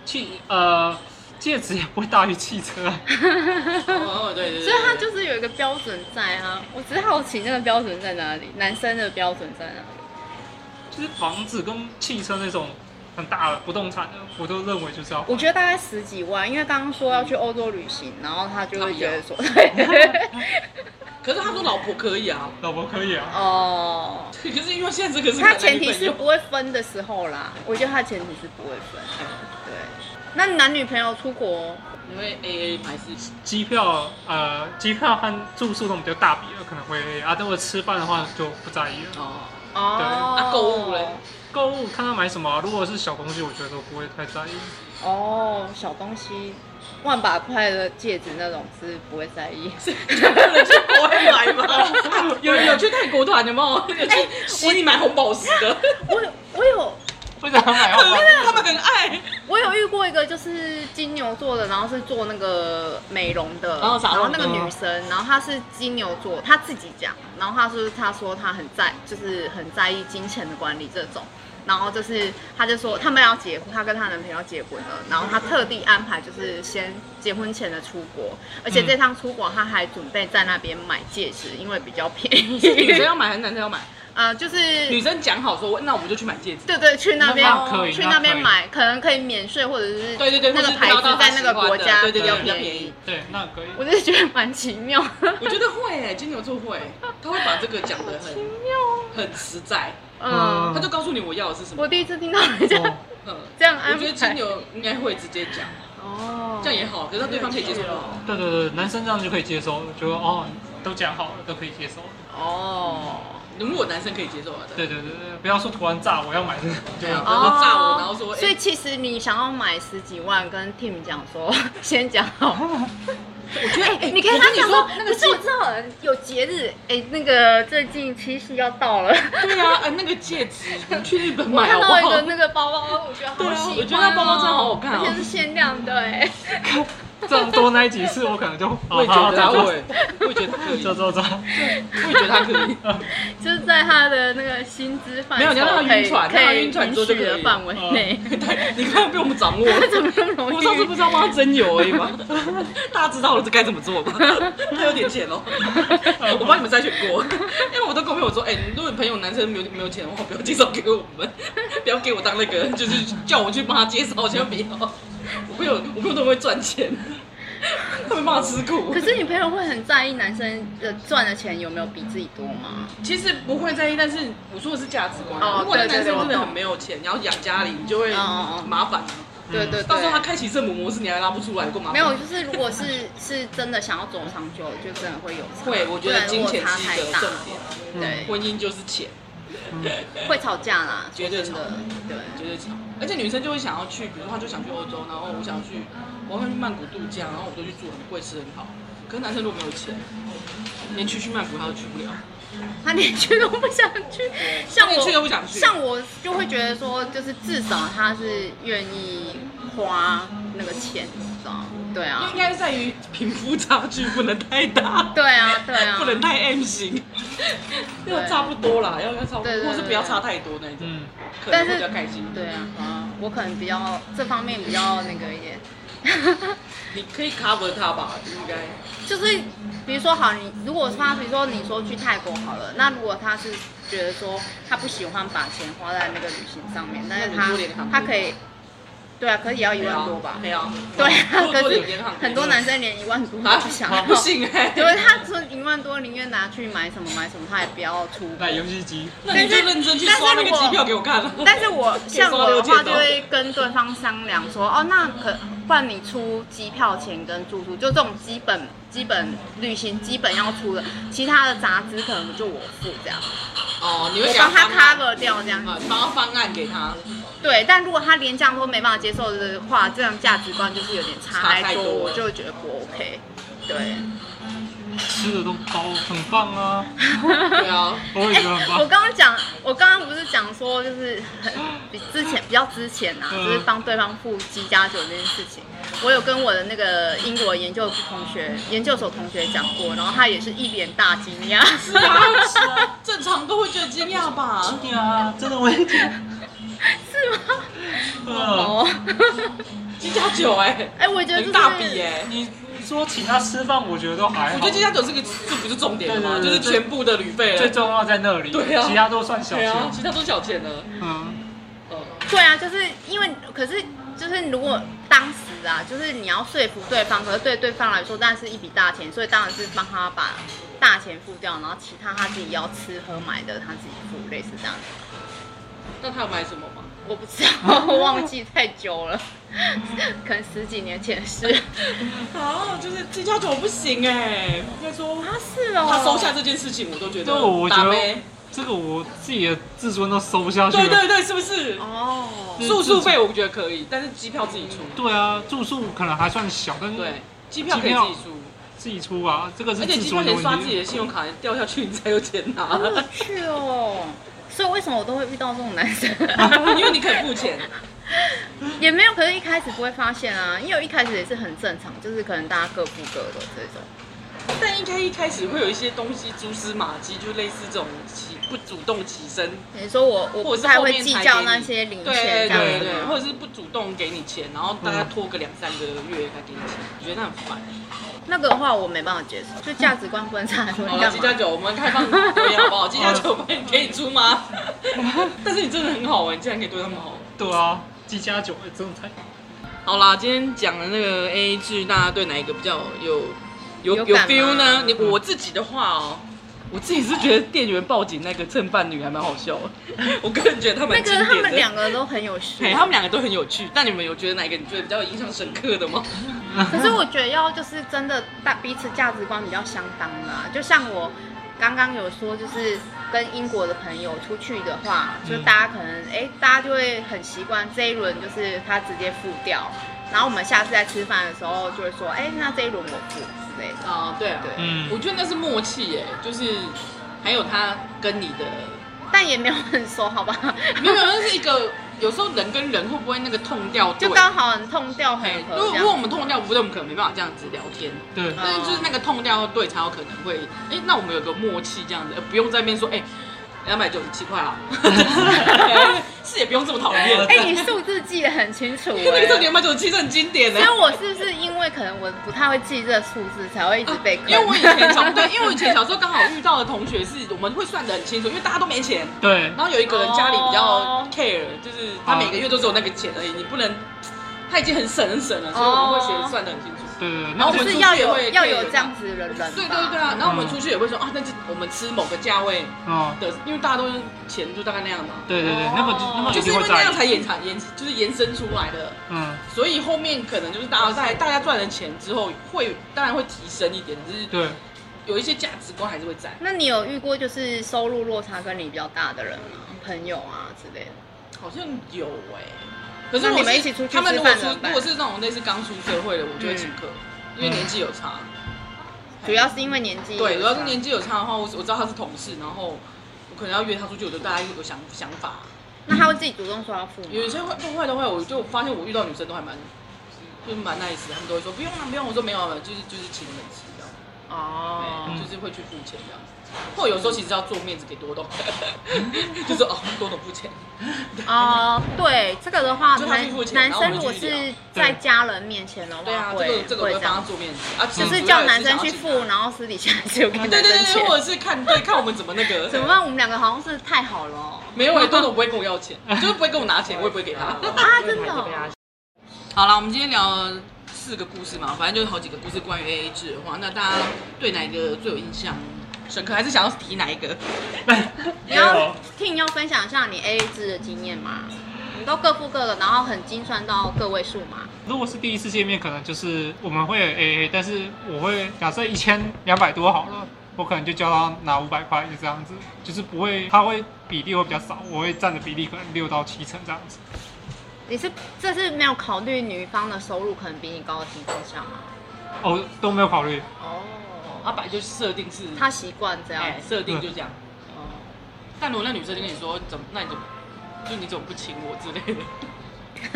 汽呃戒指也不会大于汽车啊，哦，对对对，所以它就是有一个标准在啊。我只是好奇那个标准在哪里，男生的标准在哪里？就是房子跟汽车那种很大的不动产的，我都认为就是要。我觉得大概十几万，因为刚刚说要去欧洲旅行，然后他就会觉得说，嗯 对，可是他说老婆可以啊，老婆可以啊，哦，可是因为现在这个是他前提是不会分的时候啦，我觉得他前提是不会分。对，那男女朋友出国，因为 A A 还是机票呃机票和住宿都比较大笔了，可能会啊。如果吃饭的话就不在意了。哦，哦，啊购物嘞，购物看他买什么啊、如果是小东西，我觉得都不会太在意。哦，小东西，万把块的戒指那种是不会在 意。有人去国外 买吗？有有去泰国团有没哎有？有去悉尼买红宝石的， 我有我有为什么买要他们很 爱。我有遇过一个，就是金牛座的，然后是做那个美容的，哦啥然后那个嗯女生，然后她是金牛座，她自己讲，然后她说她说她很在，就是很在意金钱的管理这种。然后就是，她就说他们要结婚，她跟她男朋友要结婚了，然后她特地安排就是先结婚前的出国，而嗯且这趟出国她还准备在那边买戒指，因为比较便女生宜。要买还是男生要买？ 呃，就是女生讲好说，那我们就去买 戒指。对对，去那边那可以去那那边可以买，可能可以免税，或者是对对对，那个牌子在那个国家对对对，对比比较较便便宜宜。对，那可以。我就觉得蛮奇妙 的。我觉得会诶，金牛座会，他会把这个讲的很很实在，嗯嗯，他就告诉你我要的是什么我。第一次听到人家哦嗯， 这样安排。我觉得金牛应该会直接讲，哦，这样也好，可是让对方可以接受就好。对对对，男生这样就可以接受，就说哦，都讲好了，都可以接受。哦，如果男生可以接受啊，对对对对，不要说突然炸我要买这个，就对啊，要不要说炸我，然后说哦所以哎，其实你想要买十几万，跟 Tim 讲说 先讲好。哦我觉得哎，你可以跟他你讲说说，那那个个戒是我知道有节日，哎，那个最近七夕要到了。对啊，哎，那个戒指你去日本我买看好不到一好个？那个包包，我觉得哎对好啊喜欢哦我觉得那包包真的好好看哦而且是限量的哎。这样多那几次，我可能就我好也觉好得他好会，我也觉得他可以，走走走。我也觉得他可以。 就是在他的那个薪资范没畴可以，有你要让他晕船可让他以晕船之后就允许可以的范围嗯内。对，你看被我们掌握 了。他怎么那么容易？ 我上次不是要帮他增油而已吗？ 大家知道了这该怎么做吧？ 他有点钱哦，我帮你们筛选过，因为我都跟朋友说，哎、如果你朋友男生没有没有钱的话，不要介绍给我们， 不要给我当那个，就是叫我去帮他介绍，千万不要。我朋友我朋友都会赚钱， 他们帮他吃苦可。是你朋友会很在意男生的赚的钱有没有比自己多吗？其实不会在意，但是我说的是价值观哦啊。如果那对对男对生真的我懂很没有钱，你要养家里，你就会哦哦哦麻烦。对对对，到时候他开启圣母模式，你还拉不出来，够麻烦。没有，就是如果是是真的想要走长久，就真的会有差会，我觉得金钱不然是落差一个太重大，点。对，婚姻就是钱，会吵架啦，绝对说真吵的，对。绝对吵。而且女生就会想要去，比如说她就想去欧洲，然后我想要去，我要去曼谷度假，然后我就去住很贵，吃很好。可是男生如果没有钱，连去去曼谷他都去不了。啊他连去都不想去，他像连我去都不想 去像我就会觉得说，就是至少他是愿意花那个钱，你知道吗？对啊应，该是在于贫富差距不能太大，对啊，对啊，不能太 M 型，要差不多啦，要要差不多，对对对或是不要差太多那一种，嗯，可能但会是比较开心。对啊，啊，我可能比较这方面比较那个一点， 你可以 cover 他吧，应该。就是比如说好，你如果他比如说你说去泰国好了，那如果他是觉得说他不喜欢把钱花在那个旅行上面，但是那你多联他航他空可以。对啊，可是也要一万多吧？没有，对啊，做可做是脸健康很多男生连一万多啊都不想啊要， 不信 哎、因为他说一万多宁愿拿去买什么买什么，他也不要出国买游戏机，那你就认真去刷那个机票给我看了。 但是我像我的话，可以刷六件哦就会跟对方商量说，哦，那可不然你出机票钱跟住宿，就这种基本基本旅行基本要出的，其他的杂志可能就我付这样，哦，你会我给帮他方案 cover 掉这样。啊，帮他方案给 他，对，但如果他连这样都没办法接受的话，这样价值观就是有点差差太太多，多我了就会觉得不 OK。对， 吃的都包很棒啊，对啊，我也觉得很哎我 棒。刚刚讲，我刚刚不是讲说，就是很比之前比较之前啊，嗯就是帮对方付鸡加酒这件事情，我有跟我的那个英国研究同学、研究所同学讲过，然后他也是一脸大惊讶。是啊，是啊，正常都会觉得惊讶 吧？对啊，真的我也觉得， 是吗？ 嗯，啊哦， 鸡加酒哎、哎，我觉得这很是大笔哎、你你说请他吃饭，我觉得都还好。我觉得鸡加酒这个这不是重点吗？对就对对是全部的旅费最了，重要在那里，对啊其他都算小对啊，钱。其他都小钱了。嗯，嗯，对啊，就是因为可是就是如果当时啊，就是你要说服对方，可是对对方来说，但是一笔大钱，所以当然是帮他把大钱付掉，然后其他他自己要吃喝买的他自己付，类似这样。那他有买什么吗？我不知道，我忘记太久了，可能十几年前的事。啊，就是鸡加酒不行哎、应该说啊，是哦，他收下这件事情，我都觉得对我觉得打咩这个我自己的自尊都收不下去了。对对对，是不是？哦，对住宿费我觉得可以，但是机票自己出。对啊，住宿可能还算小，但是对，嗯机票可以自己出，自己出啊，这个是而且自机票尊的连刷问自己题。的信用卡掉下去，你才有钱拿好，有趣哦。所以为什么我都会遇到这种男生？ 因为你肯付钱。也没有，可是一开始不会发现啊，因为我一开始也是很正常，就是可能大家各付各的这种。但应该一开始会有一些东西蛛丝马迹，就类似这种起不主动起身，你说我我或不者是太后会面计才较给那你些零对钱这对样对，子或吗。者是不主动给你钱，然后大概拖个两三个月才给你钱，我觉得那很烦。那个的话我没办法接受，就价值观不能差很多。好你干了，鸡加嘛？酒我们开 放可以好不好？鸡加酒可以可以出吗？ 但是你真的很好玩，你竟然可以对他们好。对啊，鸡加酒哎真的太啊好啦，今天讲的那个 A 制，大家对哪一个比较有有有有感 feel 吗嗯呢？你我自己的话哦，我自己是觉得店员报警那个蹭饭女还蛮好笑的， 我个人觉得他蛮那个经典的。他们两个都很有趣嘿，。他们两个都很有趣。那你们有觉得哪一个你觉得比较印象深刻的吗？可是我觉得要就是真的大彼此价值观比较相当的啊、就像我刚刚有说，就是跟英国的朋友出去的话，嗯就大家可能哎、诶大家就会很习惯这一轮就是他直接付掉，然后我们下次在吃饭的时候就会说，哎、那这一轮我付之类的。啊，对啊，哦对嗯我觉得那是默契耶，就是还有他跟你的，但也没有很熟，好吧？没有，那是一个有时候人跟人会不会那个痛掉对？就刚好很痛掉很嘿合如果这如果我样。们痛掉，不对，我们可能没办法这样子聊天。对，但是就是那个痛掉对才有可能会，哎、那我们有个默契这样子，呃不用在那边说，哎、两百九十七块 啊，是也不用这么讨厌。哎、你数字记得很清楚、那个时候哎两百九十七是很经典的、所以哎我是不是因为可能我不太会记这个数字，才会一直被坑？啊因为我以前小 对，因为我以前小时候刚好遇到的同学是，我们会算得很清楚，因为大家都没钱。对然后有一个人家里比较哦 care，就是他每个月都只有那个钱而已，你不能，他已经很省很省了，所以哦我们会学算得很清楚。对对，然后那我就就是是要出去有也会要有这样子的人吧。对对对啊，然后我们出去也会说啊，那就我们吃某个价位嗯，的，因为大家都是钱就大概那样嘛。对对对，那个就那个哦就一是定因会为那在样意，才延长延就是延伸出来的，嗯，所以后面可能就是啊大家哦在大家赚了钱之后会当然会提升一点，只是 对，有一些价值观还是会在。那你有遇过就是收入落差跟你比较大的人吗？朋友啊之类的。好像有哎、可是那我你们是一起出去他们吃如果饭是怎么如办果是那种类似刚出社会的，我就会请客，因为嗯年纪有差。主要是因为年纪。对，主要是年。纪有差的话，我我知道他是同事，然后我可能要约他出去，我就大家有想想法。那他会自己主动说要付吗？有一些会会坏的话，我就发现我遇到女生都还蛮就是蛮 nice，的他们都会说不用了、不用，我说没有了，就是就是请你们吃这样，哦对，就是会去付钱这样。或有时候其实要做面子给多董， 就是哦多董付钱，哦，对，这个的话，就他去男付钱男然后我生们如果继续聊是在家人面前的对话，啊，这会个这个我会会这帮他样，做面子啊，其就实是主叫要也男生想要去请啊付，然后私底下就跟男对生对对对，或钱。者是看对看我们怎么那个欸怎么办？我们两个好像是太好了哦没有哎、豆豆不会跟我要钱，就是不会跟我拿钱，我也不会给他。啊！真的哦。好了，我们今天聊了四个故事嘛，反正就是好几个故事关于 AA 制的话，那大家对哪一个最有印象深刻？还是想要提哪一个？来，你啊要听要分享一下你 A A 制的经验吗？你都各付各的，然后很精算到个位数吗？如果是第一次见面，可能就是我们会 A A，但是我会假设一千两百多好了，我可能就叫他拿五百块，就这样子，就是不会，他会比例会比较少，我会占的比例可能六到七成这样子。你是这是没有考虑女方的收入可能比你高的情况下吗？哦，都没有考虑，哦，他本来就设定是，他习惯这样哎，设定就这样。但如果那女生就跟你说，怎么，那你怎么，就你怎么不请我之类的，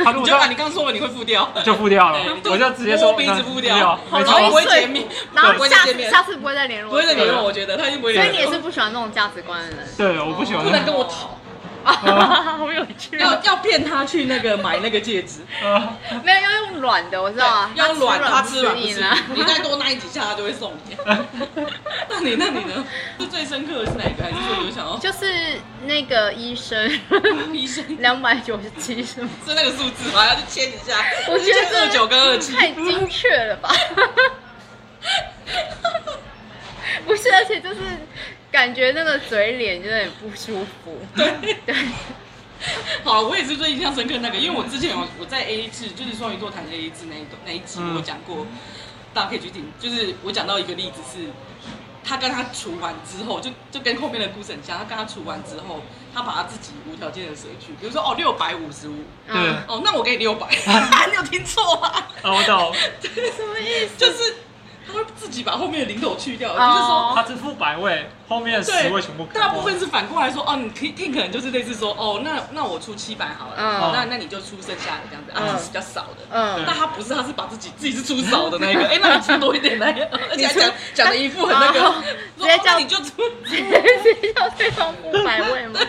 他如你 就果把要你刚说了你会付掉，就付掉了 哎，我就直接说嗯摸鼻子付掉，没然后好不错容会易见面，然不后会下再次见面，下次不会再联络，不会再联联络络，我我觉得他一定不会所联以络。你也是不喜欢这种价值观的人。对，我不喜欢不那能种跟我讨， 好有趣哦要要骗他去那个买那个戒指，呃没有要用软的，我知道啊， 要软他吃软不你吃了。你，你再多那一几下他就会送你。 那你那你呢？是最深刻的是哪一个？还是说有想要就是那个医 生，医生两百九十七是吗？是那个数字吗？要去签一下，我觉得二九跟二七，太精确了吧？ 不是，而且就是感觉那个嘴脸就有点不舒服。对对， 好，我也是最印象深刻那个，因为我之前有我在 A 制，就是双鱼座谈 A 制那一段那一集，嗯我讲过，大家可以去听。就是我讲到一个例子是，他跟他处完之后，就就跟后面的故事很像。他跟他处完之后，他把他自己无条件的舍去，比如说哦六百五十五，对嗯，哦那我给你六 百，啊你有听错吗？哦啊，我懂，什么意思？ 就是他会自己把后面的零头去掉，哦就是说。他只付百位，后面的十位全部给我大部分是反过来说，哦，你听听可能就是类似说，哦，那那我出七百好了，嗯那那你就出剩下的这样子，啊，嗯是比较少的。嗯但他不是，他是把自己自己是出少的那一个，哎、那你出多一点那个，而且还讲讲的一副很那个，哦直说接哦叫那你就出，谁叫对方不百位吗？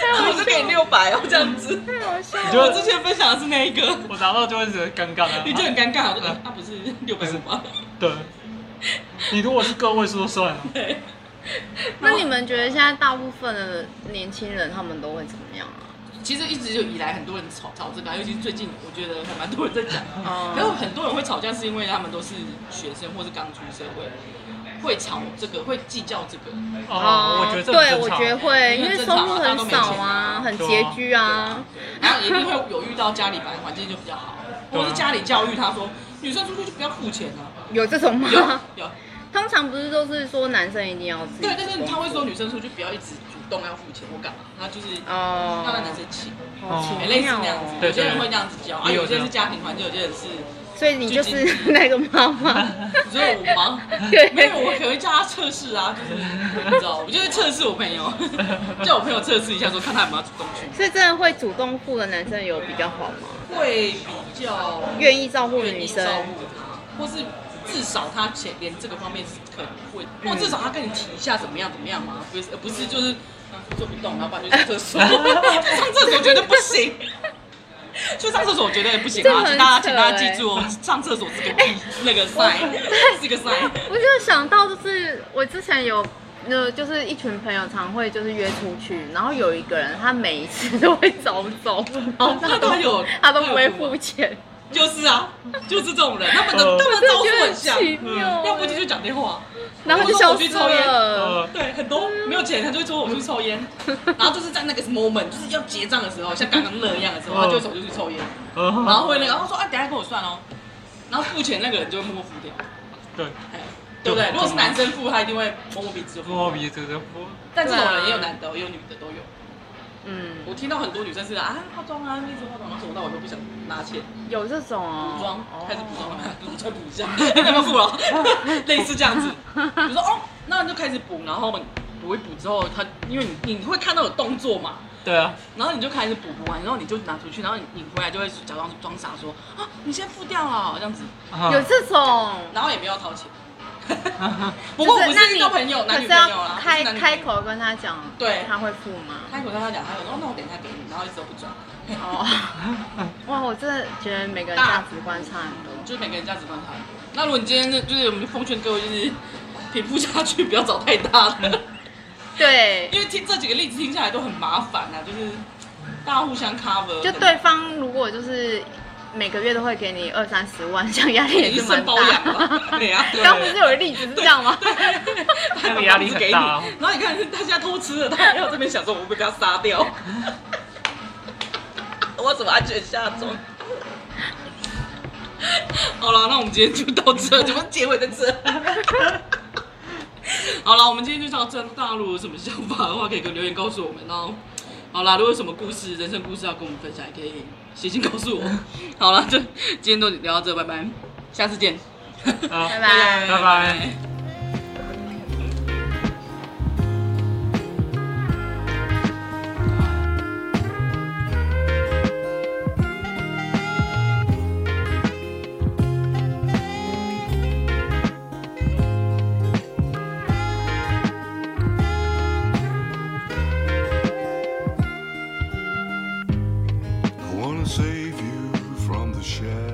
太好我就给笑你了，六百哦，这样子。太好笑你了。就我之前分享的是那一个，我拿到就会觉得尴尬啊，你就很尴尬，我就说嗯啊，不是六百五吗？对，你如果是个位数就算了，那你们觉得现在大部分的年轻人他们都会怎么样啊？其实一直就以来很多人吵吵这个啊，尤其是最近我觉得还蛮多人在讲。嗯可是哦，很多人会吵架，是因为他们都是学生或是刚出社会，会吵这个，会计较这个。哦，我觉得这啊对，很我正常觉得会，因因为为正收常啊入大家都很没少钱啊啊，很对啊拮据啊。然后一定会有遇到家里本来环境就比较好，啊或是家里教育他说女生出去就不要付钱啊。有这种有吗？有， 通常不是都是说男生一定要自己对，但是他会工作说女生出去不要一直主动要付钱或干嘛，他就是哦，要让男生请，好奇哎妙哦类似那样子。对有些人会这样子教，啊，也有有些这是样家庭环境，有些人是所以你就就经是 那个妈 妈，你说我吗？对没有，我可能会叫他测试啊，就是你知道，我就会测试我朋友，叫我朋友测试一下，说看他有没有主动去。所以真的会主动付的男生有比较好吗？会比较愿意照顾愿女意生照顾他，或是至少他前连这个方面是可能会，嗯或至少他跟你提一下怎么样怎么样嘛，不是呃不是就是做不动，然后不然就去厕所，上厕所绝对不行。去上厕所我觉得也不行这啊，很请大家请大家扯欸哎记住哦，上厕所是个必那个 sign，是个 sign。我就想到，就是我之前有。呃，就是一群朋友常会就是约出去，然后有一个人他每一次都会早走，然后那都他有他都不会他有付吗付钱，就是啊，就是这种人，他们呃的他 们我真招的觉数得很很像，奇妙嗯欸要不就去讲电话，然后他就或者消我去失抽烟了。呃，对，很多没有钱，他就会说我去 抽烟，然后就是在那个 moment，就是要结账的时候，像刚刚那样的时候，嗯他就会走出去抽烟，然然后会那个，然后说啊，等一下跟我算哦，然后付钱那个人就会默默付掉，对，哎，对不对？如果是男生付，他一定会摸摸鼻子就付，摸鼻子的我但这种人也有男的哦，也有女的都有。嗯，我听到很多女生是啊化妆啊，一直化妆，然后我到我都不想拿钱，有这种哦补妆开始补妆哦了， 再补一下， 要不要补了？类似这样子，比如说哦，那就开始补，然后我们补一补之后，他因为你你会看到有动作嘛，对啊，然后你就开始补补完，然后你就拿出去，然后你你回来就会假装装傻说啊，你先付掉了这样子，啊有这种。然后也没有掏钱。 不过我们就是是遇那你到朋友，男可女是朋友要啦，开不是男女朋友开，口跟他讲，对他会付 吗？开口跟他讲，他有说哦，那我等一下给你，然后一直都不转，哦，哇，我真的觉得每个人大价值观差很多。就是每个人价值观差很多。那如果你今天呢，就是我们奉劝各位，就是 贫富差距不要找太大了。对，因为听这几个例子听下来都很麻烦啊，就是大家互相 cover，就对方如果就是每个月都会给你二三十万，这样压力也医是蛮生包养大。了，对啊呀、刚不是有例子是这样吗？他那 把个压力房子很给你，大哦然后你看他现在偷吃了，他还要这边想说我会不会被他杀 掉，我怎么安全下装？ 好了，那我们今天就到这， 怎怎么么结尾在这？好了，我们今天就到这。大家如果有什么想法的话，可以留言告诉我们。然后，好啦，如果有什么故事、人生故事要跟我们分享，也可以写信告诉我。 好了，就今天都聊到这，拜拜，下次见。好，拜拜。拜拜。 I wanna save you from the shadows.